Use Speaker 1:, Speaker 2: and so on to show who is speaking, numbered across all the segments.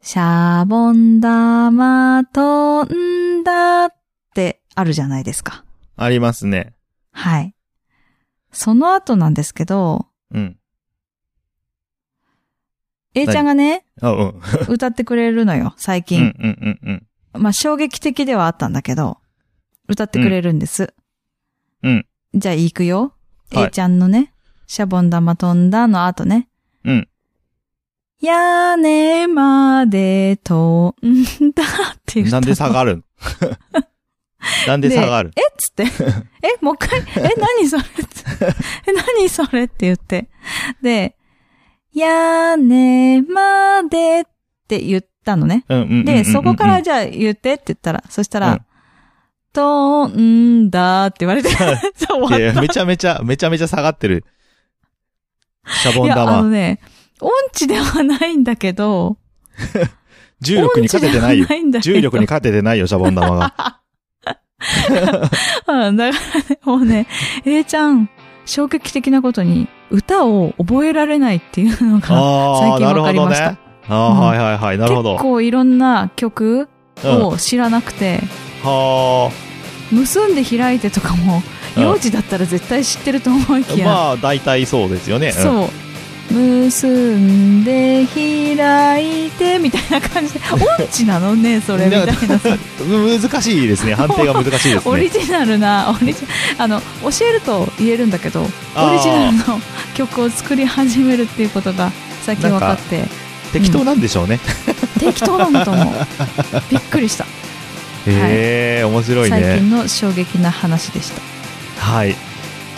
Speaker 1: シャボン玉飛んだってあるじゃないですか。
Speaker 2: ありますね。
Speaker 1: はい。その後なんですけど、
Speaker 2: うん。
Speaker 1: A ちゃんがね、
Speaker 2: あ、うん。
Speaker 1: 歌ってくれるの よ、最
Speaker 2: うん、う
Speaker 1: 近。
Speaker 2: ん、うん、
Speaker 1: まあ、衝撃的ではあったんだけど、歌ってくれるんです。
Speaker 2: うん。
Speaker 1: じゃあ、行くよ。
Speaker 2: はい
Speaker 1: A ちゃんのね、シャボン玉飛んだの後ね。
Speaker 2: うん。
Speaker 1: 屋根まで飛んだって
Speaker 2: う
Speaker 1: い
Speaker 2: ん。
Speaker 1: う。
Speaker 2: なんで下がるの なんで下がる
Speaker 1: えっつって。 えもう一回。え何それ って。え何それって言って。で、屋根までって言ったのね。
Speaker 2: うん、うんうんうん。
Speaker 1: で、そこか
Speaker 2: う
Speaker 1: ら
Speaker 2: ん、
Speaker 1: じゃあ言ってって言ったら、そした
Speaker 2: う
Speaker 1: ら
Speaker 2: ん、
Speaker 1: とんだって言われて、じ ゃあ
Speaker 2: いやい
Speaker 1: 終わ
Speaker 2: や
Speaker 1: った。
Speaker 2: めちゃめちゃ、めちゃめちゃ下がってる。シャボ
Speaker 1: い
Speaker 2: ン
Speaker 1: や、あの
Speaker 2: 玉。
Speaker 1: ね、音痴ではないんだけど、
Speaker 2: 重力に勝ててない
Speaker 1: 音痴で
Speaker 2: よ
Speaker 1: は。ないんだけど
Speaker 2: 重力に勝ててないよ、シャボン 玉が。
Speaker 1: うん、だからね、もうね、A ちゃん、衝撃的なことに、歌を覚えられないっていうのが、
Speaker 2: ああ、
Speaker 1: 最近
Speaker 2: なる
Speaker 1: わか
Speaker 2: ほ
Speaker 1: り
Speaker 2: ど
Speaker 1: ました
Speaker 2: ね。ああ、
Speaker 1: うん
Speaker 2: はいはいはい、なるほど。
Speaker 1: 結構いろんな曲
Speaker 2: うん。
Speaker 1: を知らなくて、
Speaker 2: は
Speaker 1: 結んで開いてとかも、
Speaker 2: うん
Speaker 1: 幼児だったら絶対知ってると思い
Speaker 2: あ。
Speaker 1: きや、
Speaker 2: まあ、大体そうですよね。うん
Speaker 1: そう。結んで開いてみたいな感じで、音痴なのね、それみたいなさ。
Speaker 2: 難しいですね。判定が難しいです
Speaker 1: オリ
Speaker 2: ね。
Speaker 1: ジナルなオリジあの教えると言えるんだけどオ
Speaker 2: あー
Speaker 1: リジナルの曲を作り始めるっていうことが最近分かって
Speaker 2: 適当なんでしょうね。
Speaker 1: 適当なんだと 思うびっくりした、
Speaker 2: へえ、面白い
Speaker 1: 最
Speaker 2: ね。
Speaker 1: 近の衝撃な話でした
Speaker 2: はい。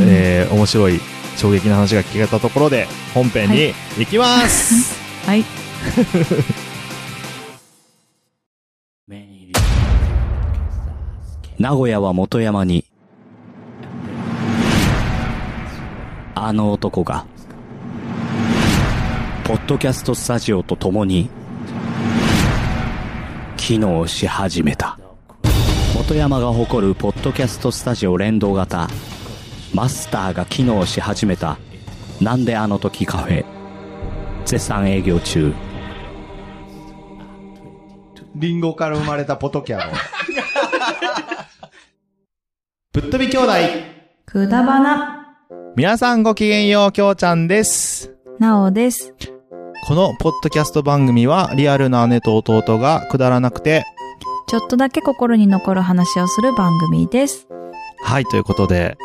Speaker 2: えー、面白い衝撃の話が聞けたところで、本編に行きます。
Speaker 1: はい
Speaker 3: 名古屋は元山に、あの男が、ポッドキャストスタジオと共に、機能し始めた。元山が誇るポッドキャストスタジオ連動型、マスターが機能し始めた、なんであの時カフェ、絶賛営業中。
Speaker 4: リンゴから生まれたポト キャロ。ぶっ飛び兄弟。
Speaker 1: くだばな
Speaker 2: 皆さんごきげんよう、きょうちゃんです。
Speaker 1: なおです
Speaker 2: このポッドキャスト番組は、リアルな姉と弟がくだらなくて、
Speaker 1: ちょっとだけ心に残る話をする番組です
Speaker 2: はい、ということで、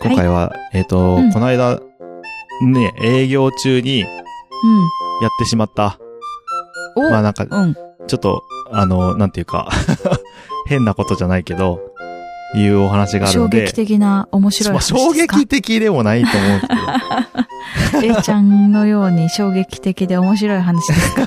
Speaker 2: 今回は、えっ、と、
Speaker 1: うん
Speaker 2: この間、ね、営業中にやってしまった。
Speaker 1: うんお、
Speaker 2: まあなんか、
Speaker 1: うん
Speaker 2: ちょっと、あの、なんていうか、 変なことじゃないけど、いうお話がある
Speaker 1: 衝
Speaker 2: ので。
Speaker 1: 撃的な面白い
Speaker 2: まあ
Speaker 1: 話ですか
Speaker 2: 衝撃的でもないと思うんですけど。
Speaker 1: A ちゃんのように衝撃的で面白い話 ですか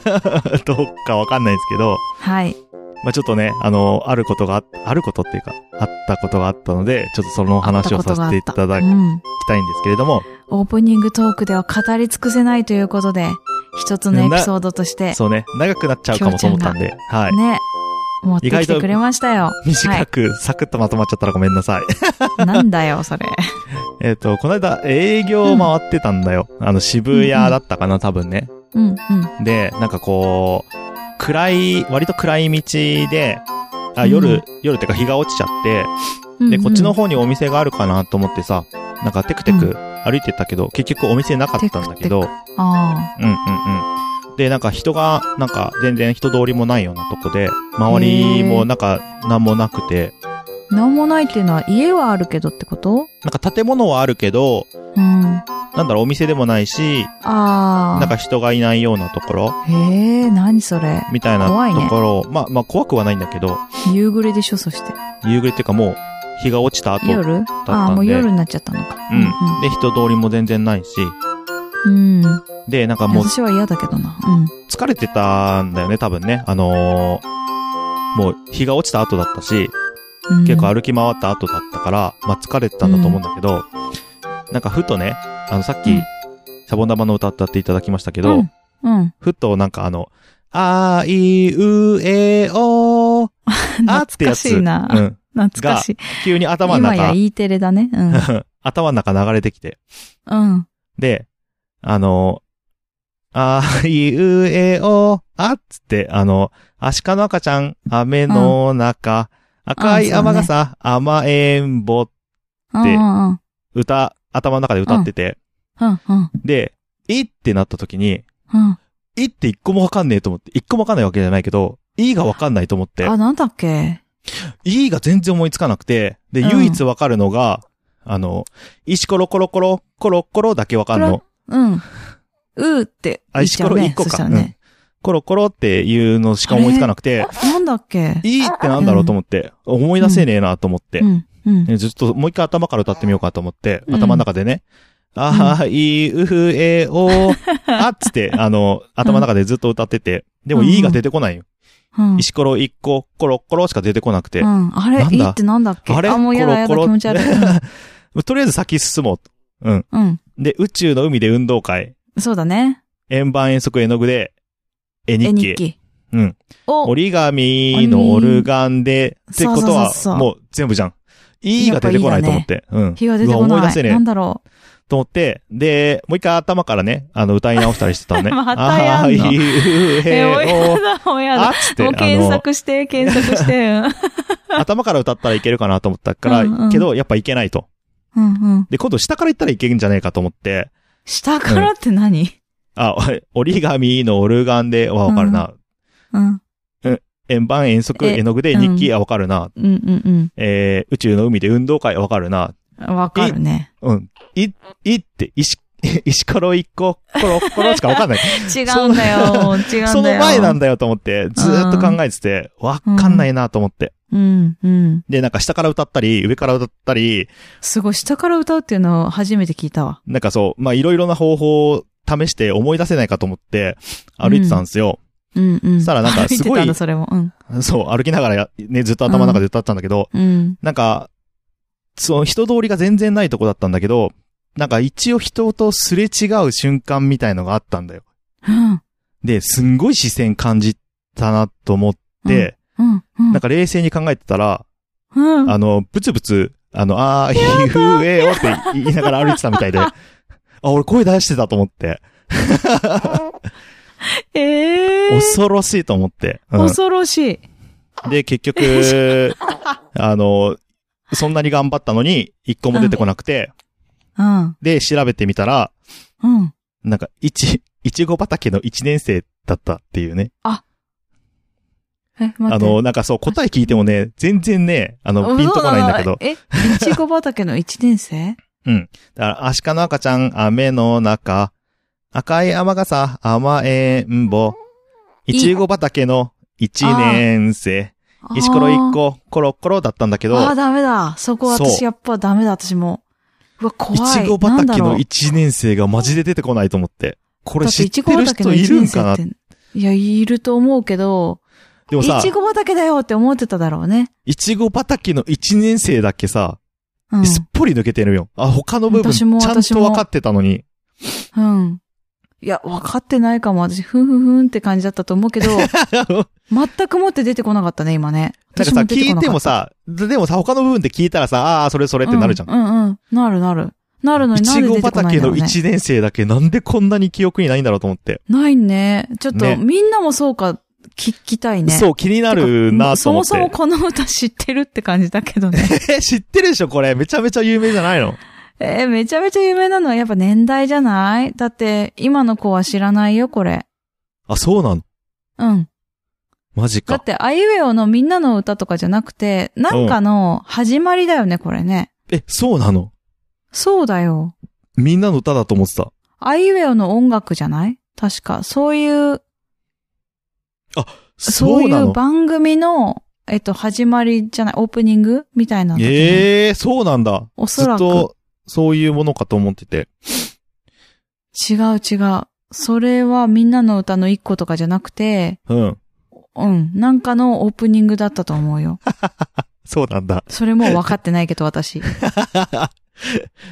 Speaker 2: どうかわかんないですけど、
Speaker 1: はい
Speaker 2: まあちょっとね、あの、あることがあ、あることっていうか、あったことがあったので、ちょっとその話をさせていただき
Speaker 1: うん
Speaker 2: たいんですけれども、
Speaker 1: オープニングトークでは語り尽くせないということで、一つのエピソードとして、
Speaker 2: そうね、長くなっちゃうかもと思ったんで、はい。
Speaker 1: ね、持ってきてくれましたよ。
Speaker 2: 短く、サクッとまとまっちゃったらごめんなさい。
Speaker 1: はい、なんだよ、それ。
Speaker 2: えっと、この間営業回ってたんだよ。あの、渋谷だったかな、多分ね。
Speaker 1: うん、うん、
Speaker 2: で、なんかこう、暗い、割と暗い道で、あ
Speaker 1: うん
Speaker 2: 夜、夜ってか日が落ちちゃって、
Speaker 1: うん。
Speaker 2: で、こっちの
Speaker 1: 方
Speaker 2: 方にお店があるかなと思ってさ、なんかテクテ
Speaker 1: う
Speaker 2: ク歩いてたけど、結局お店なかったんだけど、
Speaker 1: あ
Speaker 2: うんうんうん。で、なんか人が、なんか全然人通りもないようなとこで、周りもなんか何もなくて、
Speaker 1: あ、なんもないっていうのは家はあるけどってこと
Speaker 2: なんか建物はあるけど、
Speaker 1: うん。あ
Speaker 2: なんだろう、お店でもないし、
Speaker 1: あ。
Speaker 2: なんか人がいないようなところ、
Speaker 1: へえ、何それ。
Speaker 2: みたいな
Speaker 1: 怖いね
Speaker 2: ところを、まあまあ怖くはないんだけど、
Speaker 1: 夕暮れでしょ、そして。
Speaker 2: 夕暮れっていうかもう、日が落ちた後。
Speaker 1: 夜
Speaker 2: たんで
Speaker 1: ああ、もう夜になっちゃったのか。
Speaker 2: うん。で、人通りも全然ないし、
Speaker 1: うん。うん。
Speaker 2: で、なんかもう
Speaker 1: 私は嫌だけどな。うん。
Speaker 2: 疲れてたんだよね、多分ね。あのー、もう日が落ちた後だったし、
Speaker 1: うん、
Speaker 2: 結構歩き回った後だったから、まあ疲れてたんだと思うんだけど、なんかふとね、あのさっき、
Speaker 1: うん
Speaker 2: シャボン玉の歌歌っていただきましたけ
Speaker 1: け
Speaker 2: ど、
Speaker 1: うん。うん、
Speaker 2: ふとなんかあの、あいうえおー、あっ
Speaker 1: 懐
Speaker 2: てや
Speaker 1: か
Speaker 2: つ。
Speaker 1: しいな。
Speaker 2: うん。
Speaker 1: 懐かしい。
Speaker 2: 急に頭の
Speaker 1: 今や
Speaker 2: 中、
Speaker 1: E テレだね。うん。
Speaker 2: 頭の中流れてきて。
Speaker 1: うん。
Speaker 2: で、あの、あいうえお、あっつって、あの、アシカの赤ちゃん、雨の中、赤い雨傘、甘えんぼ、
Speaker 1: うんうんうん。
Speaker 2: 歌、頭の中で歌ってて、
Speaker 1: うんうん
Speaker 2: で、いってなった時に、
Speaker 1: うん。
Speaker 2: いって一個もわかんねえと思って、一個もわかんないわけじゃないけど、いがわかんないと思って、
Speaker 1: あ、なんだっけ
Speaker 2: いが全然思いつかなくて、で、
Speaker 1: うん
Speaker 2: 唯一わかるのが、あの、石ころころころ、コロコロだけわかんの。
Speaker 1: うん。うーって
Speaker 2: あ
Speaker 1: 言っちゃうね。
Speaker 2: 石ころ一個か
Speaker 1: そしたらね。
Speaker 2: コロコロっていうのしか思いつかなくて、
Speaker 1: なんだっけ
Speaker 2: いいってなんだろうと思って、思い出せねえなと思って
Speaker 1: う、ん。うん。
Speaker 2: ねずっともう一回頭から歌ってみようかと思って、
Speaker 1: うん
Speaker 2: 頭の中でね、あいうえ お、あっつって、あの、頭の中でずっと歌ってて、でも
Speaker 1: うん
Speaker 2: いいが出てこないよ。
Speaker 1: うん。
Speaker 2: 石ころ一個、コロコロしか出てこなくて
Speaker 1: う、ん。あれ
Speaker 2: なんだ
Speaker 1: いいってなんだっけ
Speaker 2: あれ
Speaker 1: もうやだや
Speaker 2: コ
Speaker 1: だ
Speaker 2: ロ
Speaker 1: 気
Speaker 2: コロ
Speaker 1: 持ち悪い。
Speaker 2: とりあえず先進もう。うん。
Speaker 1: うん。
Speaker 2: で、宇宙の海で運動会、
Speaker 1: そうだね。
Speaker 2: 円盤遠足絵の具で、絵
Speaker 1: 絵
Speaker 2: 日記。
Speaker 1: 日記。
Speaker 2: うん。
Speaker 1: を、
Speaker 2: 折り紙のオルガンで、
Speaker 1: うん
Speaker 2: ってこ
Speaker 1: そ
Speaker 2: とは
Speaker 1: うそうそうそ、う
Speaker 2: もう全部じゃん。いいが出てこないと思って。うん。
Speaker 1: 日が出て
Speaker 2: うわ
Speaker 1: こ
Speaker 2: 思い
Speaker 1: な
Speaker 2: 出せ
Speaker 1: い。
Speaker 2: ねえ
Speaker 1: なんだろう。
Speaker 2: と思って、で、もう一回頭からね、あの、歌い直したりしてたのね。
Speaker 1: またやんの
Speaker 2: あーいう
Speaker 1: え、
Speaker 2: え
Speaker 1: おや
Speaker 2: お
Speaker 1: だ、おや
Speaker 2: あ
Speaker 1: だ
Speaker 2: っ。つって、
Speaker 1: もう
Speaker 2: あ
Speaker 1: 検
Speaker 2: の、
Speaker 1: 索して、検索して。
Speaker 2: 頭から歌ったらいけるかなと思ったから、
Speaker 1: うんうん
Speaker 2: けど、やっぱいけないと。
Speaker 1: うんうんうん。
Speaker 2: で、今度下から行ったらいけるんじゃないかと思って、
Speaker 1: 下からって何
Speaker 2: あ、 折り紙のオルガンで、わ、わかるな。
Speaker 1: うん。
Speaker 2: 円盤、遠足、
Speaker 1: え
Speaker 2: 絵の具で日記、あ、わかるな。
Speaker 1: うんうん
Speaker 2: えー、宇宙の海で運動会、わかるな。
Speaker 1: うん。わかるね。
Speaker 2: うん。い、いって、石、 石ころ一個、コロコロしかわ かんない。
Speaker 1: 違うんだよ。もう違うんだよ。
Speaker 2: その前なんだよと思って、ずーっと考えてて、わかんないなと思って。
Speaker 1: うんうん。
Speaker 2: で、なんか下から歌ったり、上から歌ったり、
Speaker 1: すごい、下から歌うっていうのを初めて聞いたわ。
Speaker 2: なんかそう、まあいろいろな方法を試して思い出せないかと思って歩いてたんですよ。
Speaker 1: うんうん。
Speaker 2: そしたらなんかすご
Speaker 1: 見て
Speaker 2: い
Speaker 1: たんだ、それも。うん。
Speaker 2: そう、歩きながらやね、ずっと頭の中で歌ってたんだけど、
Speaker 1: うん。
Speaker 2: なんか、その人通りが全然ないとこだったんだけど、なんか一応人とすれ違う瞬間みたいのがあったんだよ。
Speaker 1: うん。
Speaker 2: で、すんごい視線感じたなと思って、
Speaker 1: うん。うん
Speaker 2: なんか冷静に考えてたら、
Speaker 1: うん。
Speaker 2: あの、ブツブツ、あの、あー、いうえおって言いながら歩いてたみ たいで、あ、俺声出してたと思って、
Speaker 1: ええ。
Speaker 2: 恐ろしいと思って。うん、
Speaker 1: 恐ろしい。
Speaker 2: で、結局、あの、そんなに頑張ったのに、一個も出てこなくて、
Speaker 1: うん。
Speaker 2: で、調べてみたら、
Speaker 1: うん。
Speaker 2: なんか、いち、いちご畑の一年生だったっていうね。
Speaker 1: え、待
Speaker 2: あ
Speaker 1: って。
Speaker 2: の、なんかそう、答え聞いてもね、全然ね、あの、ピンとこないんだけど。
Speaker 1: え、いちご畑の一年生
Speaker 2: だから、アシカの赤ちゃん、雨の中、赤い雨傘、甘えんぼ、
Speaker 1: い
Speaker 2: いちご畑の一年生、石ころ一個、コロコロだったんだけど、
Speaker 1: あーあー、ダメだ。そこ
Speaker 2: そ
Speaker 1: 私
Speaker 2: う
Speaker 1: やっぱダメだ、私も。うわ、怖
Speaker 2: い
Speaker 1: い。
Speaker 2: ちご
Speaker 1: なんだ
Speaker 2: 畑
Speaker 1: ろ
Speaker 2: の
Speaker 1: う
Speaker 2: 一年生がマジで出てこないと思って。これ
Speaker 1: だって
Speaker 2: 知
Speaker 1: い
Speaker 2: って
Speaker 1: ちご
Speaker 2: る
Speaker 1: 畑
Speaker 2: 人
Speaker 1: の
Speaker 2: い
Speaker 1: 一
Speaker 2: る
Speaker 1: 年
Speaker 2: んか
Speaker 1: 生っ
Speaker 2: な
Speaker 1: ていや、いると思うけど、
Speaker 2: でも
Speaker 1: い
Speaker 2: さ
Speaker 1: ち、ご畑だよって思ってただろうね。
Speaker 2: いちご畑の一年生だけさ、
Speaker 1: うん。
Speaker 2: すっぽり抜けてるよ。あ、他の部分、ち
Speaker 1: 私
Speaker 2: ゃ
Speaker 1: も
Speaker 2: ん
Speaker 1: 私
Speaker 2: と
Speaker 1: も
Speaker 2: 分かってた のに。
Speaker 1: うん。いや、分かってないかも。私、ふんふんふんって感じだったと思うけ ど、全くもって出てこなかったね、今ね。
Speaker 2: なんかさ、
Speaker 1: 私出こ
Speaker 2: 聞い
Speaker 1: なかって
Speaker 2: もさ、でもさ、他の部分って聞いたらさ、ああ、それそれってなるじゃん
Speaker 1: う。んうんうん。なるなる。なるの
Speaker 2: い
Speaker 1: になん
Speaker 2: ち
Speaker 1: で
Speaker 2: ご
Speaker 1: 出てこない
Speaker 2: 畑
Speaker 1: んだろ
Speaker 2: の
Speaker 1: うね。
Speaker 2: 一年生だけなんでこんなに記憶にないんだろうと思って。
Speaker 1: ないね。ちょっと、
Speaker 2: ね
Speaker 1: みんなもそうか、聞きたいね。
Speaker 2: そう、気になるなと思って。
Speaker 1: そもそもこの歌知ってるって感じだけどね。
Speaker 2: え、知ってるでしょこれ。めちゃめちゃ有名じゃないの。
Speaker 1: えーめちゃめちゃ有名なのはやっぱ年代じゃないだって、今の子は知らないよ、これ。
Speaker 2: あ、そうなの
Speaker 1: うん。
Speaker 2: マジ
Speaker 1: だっ
Speaker 2: か。
Speaker 1: て、アイウェオのみんなの歌とかじゃなくて、なんかの始まりだよね、これね。
Speaker 2: え、そうなの
Speaker 1: そうだよ。
Speaker 2: みんなの歌だと思ってた。
Speaker 1: アイウェオの音楽じゃない確か、そういう、そう
Speaker 2: う
Speaker 1: い
Speaker 2: な
Speaker 1: う
Speaker 2: の
Speaker 1: 番組の、えっと、始まりじゃない、オープニングみたいなのだと思う。
Speaker 2: ええー、そうなんだ。
Speaker 1: おそらく
Speaker 2: ずっと、そういうものかと思ってて。
Speaker 1: 違う違う。それはみんなの歌の一個とかじゃなくて、
Speaker 2: うん。
Speaker 1: うん、なんかのオープニングだったと思う よ。
Speaker 2: そうなんだ。
Speaker 1: それもう分かってないけど、私。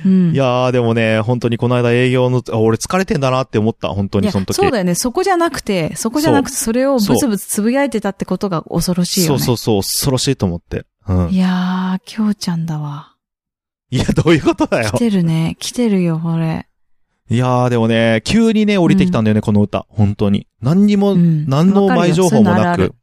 Speaker 1: うん。
Speaker 2: いやー、でもね、本当にこの間営業の、あ、俺疲れてんだなって思った。本当
Speaker 1: い
Speaker 2: に
Speaker 1: や
Speaker 2: その時。
Speaker 1: そうだよね。そこじゃなくて、そこじゃなくて、それをブツブツつぶやいてたってことが恐ろしいよ
Speaker 2: そ
Speaker 1: ね。
Speaker 2: うそうそう、恐ろしいと思って。うん。
Speaker 1: いやー、きょうちゃんだわ。
Speaker 2: いや、どういうことだよ
Speaker 1: 来。てるね。来てるよ、これ。
Speaker 2: いやーでもね、急にね、降りてきたんだよね、この歌。本当に。何にも、
Speaker 1: うん
Speaker 2: 何の前情報もなく。。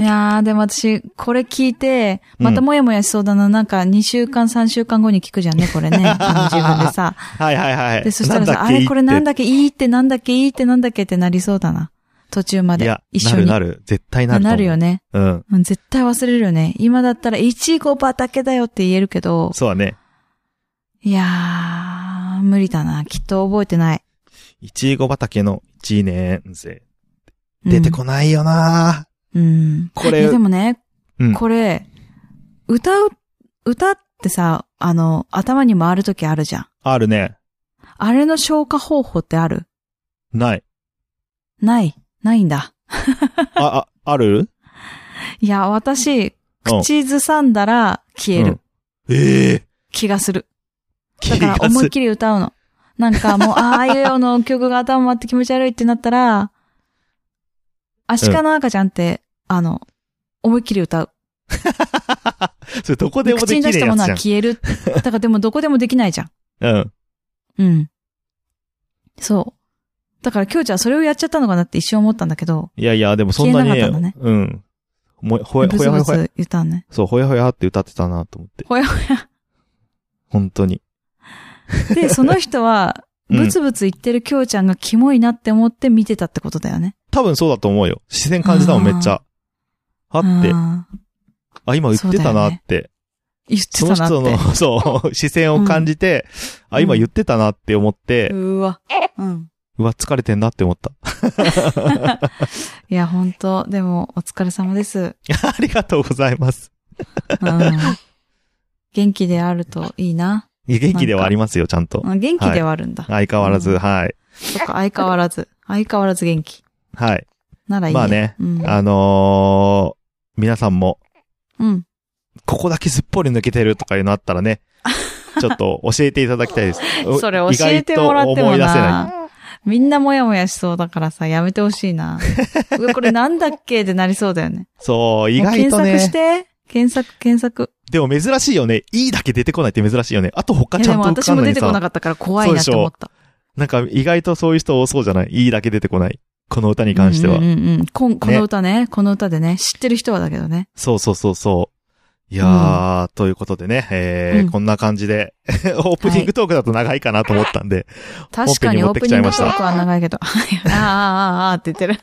Speaker 1: いやー、でも私、これ聞いて、
Speaker 2: うん
Speaker 1: またもやもやしそうだな、なんか2週間、3週間後に聞くじゃんね、これね。あの自分で さ。
Speaker 2: はいはいはい。
Speaker 1: で、そしたら
Speaker 2: なん
Speaker 1: さ、
Speaker 2: だっ
Speaker 1: あ
Speaker 2: け
Speaker 1: れこれなんだ
Speaker 2: だ
Speaker 1: っけ、いいってなんだっけ、いいってなんだっけってなりそうだな。途中ま
Speaker 2: い
Speaker 1: で
Speaker 2: や。、
Speaker 1: 一
Speaker 2: な
Speaker 1: 緒
Speaker 2: る
Speaker 1: に。
Speaker 2: なる。絶対なる。
Speaker 1: なるよ
Speaker 2: ね。
Speaker 1: ね。
Speaker 2: うん。
Speaker 1: うん絶対忘れるよね。今だったら、いちご畑だよって言えるけど、
Speaker 2: そうだね。
Speaker 1: いやー、無理だな。きっと覚えてない。
Speaker 2: いちご畑の一年生。出てこないよ
Speaker 1: う
Speaker 2: な
Speaker 1: ん。うん。
Speaker 2: こ
Speaker 1: い
Speaker 2: れ
Speaker 1: や、でもね、
Speaker 2: うん
Speaker 1: これ、歌う、歌ってさ、あの、頭に回るときあるじゃん。
Speaker 2: あるね。
Speaker 1: あれの消化方法ってある
Speaker 2: ない。
Speaker 1: ない。ないんだ。
Speaker 2: あ、あ、ある
Speaker 1: いや、私、
Speaker 2: うん
Speaker 1: 口ずさんだら消える、
Speaker 2: うんええ
Speaker 1: 気がする。
Speaker 2: ー。
Speaker 1: だから
Speaker 2: 気が
Speaker 1: 思
Speaker 2: す
Speaker 1: いっきり歌うの。なんか もう、ああいうような曲が頭回って気持ち悪いってなったら、アシカの赤ちゃんって、あの、思いっきり歌う。
Speaker 2: それどこでも
Speaker 1: 口に
Speaker 2: できる
Speaker 1: 出したも
Speaker 2: や
Speaker 1: の
Speaker 2: つ
Speaker 1: は
Speaker 2: じ
Speaker 1: 消える。だからでもどこでもできないじゃん。
Speaker 2: ゃん。うん。
Speaker 1: うん。そう。だから、きょうちゃんそれをやっちゃったのかなって一瞬思ったんだけど、
Speaker 2: いやいや、でもそんなに
Speaker 1: 消えなかったん
Speaker 2: ね、うん。もうほ
Speaker 1: ブ
Speaker 2: やほ
Speaker 1: ツ
Speaker 2: やほ
Speaker 1: ブ
Speaker 2: やほや。
Speaker 1: ツ言ったのね。
Speaker 2: そう、ほやほやって歌ってたなと思って。
Speaker 1: ほやほ
Speaker 2: 本当に。
Speaker 1: や。で、その人は、
Speaker 2: うん
Speaker 1: ブツブツ言ってるきょうちゃんがキモいなって思って見てたってことだよね。
Speaker 2: 多分そうだと思うよ。視線感じたもん、
Speaker 1: あ
Speaker 2: め
Speaker 1: ー
Speaker 2: っちゃ。あって、
Speaker 1: あー
Speaker 2: あ、今売ってたなって。
Speaker 1: 言って
Speaker 2: その
Speaker 1: たなって。
Speaker 2: 人の、 そう、視線を感じて、あ、今言ってたなって思って、
Speaker 1: うわ。うん。
Speaker 2: うわ、疲れてんなって思った。
Speaker 1: いや、本当でも、お疲れ様です。
Speaker 2: ありがとうございます。
Speaker 1: うん。元気であるといいな。
Speaker 2: いや元気ではありますよ、ちゃんと。
Speaker 1: うん元気ではあるんだ。
Speaker 2: 相変わら
Speaker 1: う
Speaker 2: ず、
Speaker 1: ん
Speaker 2: はい。
Speaker 1: そっか、相変わらず。相変わらず元気。
Speaker 2: はい。
Speaker 1: ならいいね。
Speaker 2: まあね
Speaker 1: うん。
Speaker 2: あのー、皆さんも、
Speaker 1: うん。。
Speaker 2: ここだけすっぽり抜けてるとかいうのあったらね、ちょっと教えていただきたいです
Speaker 1: それ教えてもらって
Speaker 2: 意外と思
Speaker 1: も
Speaker 2: い出せ
Speaker 1: な
Speaker 2: な。
Speaker 1: みんなもやもやしそうだからさ、やめてほしいな。うわこれなんだっけってなりそうだよね。
Speaker 2: い。そう、意外と
Speaker 1: もう検索
Speaker 2: ね
Speaker 1: し。て。検索、検索。
Speaker 2: でも珍しいよね。いいだけ出てこないって珍しいよね。あと他
Speaker 1: いや
Speaker 2: ちゃ
Speaker 1: で
Speaker 2: ん
Speaker 1: も
Speaker 2: と浮
Speaker 1: 私
Speaker 2: かん
Speaker 1: も
Speaker 2: の
Speaker 1: 出
Speaker 2: に
Speaker 1: てこな
Speaker 2: さ。
Speaker 1: かったから怖いなって思った。
Speaker 2: なんか意外とそういう人多そうじゃないいいだけ出てこない。この歌に関しては。
Speaker 1: うんうんうん。こんこ
Speaker 2: ね
Speaker 1: の歌ね。この歌でね。知ってる人はだけどね。
Speaker 2: そうそうそうそう。いやー、ということでね、えー
Speaker 1: うん
Speaker 2: こんな感じで、 オープニングトークだと長いかなと思ったんで、
Speaker 1: 確かにオープニングトークは長いけど。 あーあーあーあーって言ってる。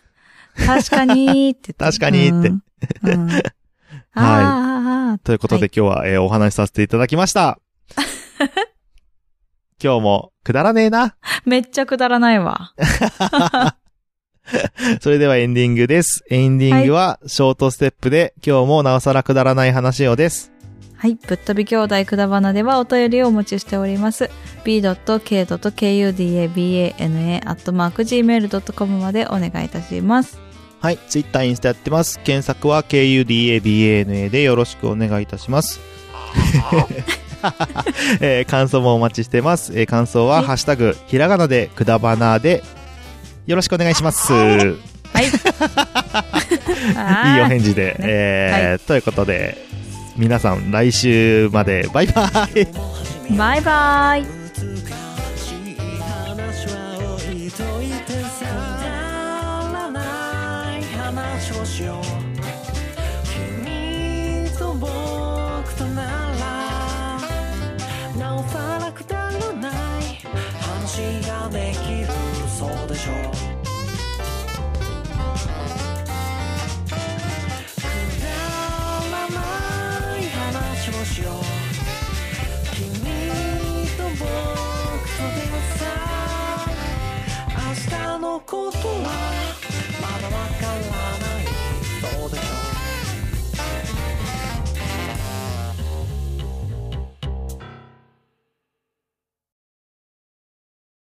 Speaker 1: 確かにーって言ってる。
Speaker 2: 確かにーって
Speaker 1: うん。うんあーあーあー
Speaker 2: ということで、
Speaker 1: は
Speaker 2: 今日は、えーお話しさせていただきました。今日もくだらねえな。
Speaker 1: めっちゃくだらないわ。
Speaker 2: それではエンディングです。エンディングはショートステップで、今日もなおさらくだらない話をです。
Speaker 1: はい。ぶっ飛び兄弟くだばなではお便りをお持ちしております。b.k.kudabana.gmail.com までお願いいたします。
Speaker 2: はい、ツイッター、インスタやってます。検索は KUDABANA でよろしくお願いいたし ます。えー感想もお待ちしてます。えー感想は、
Speaker 1: はい
Speaker 2: ハッシュタグ、ひらがなで、くだばなで、よろしくお願いします。
Speaker 1: はい。
Speaker 2: いいお
Speaker 1: ね。
Speaker 2: 返事で。えーということで、皆さん来週までバイバイ
Speaker 1: バイバイ。
Speaker 5: 難しい話は置いといてさくだらない話をしよう君と僕とならなおさらくだらない話ができるそうでしょうくだらない話をしよう「君と僕とでさ」「明日のことはまだわからない」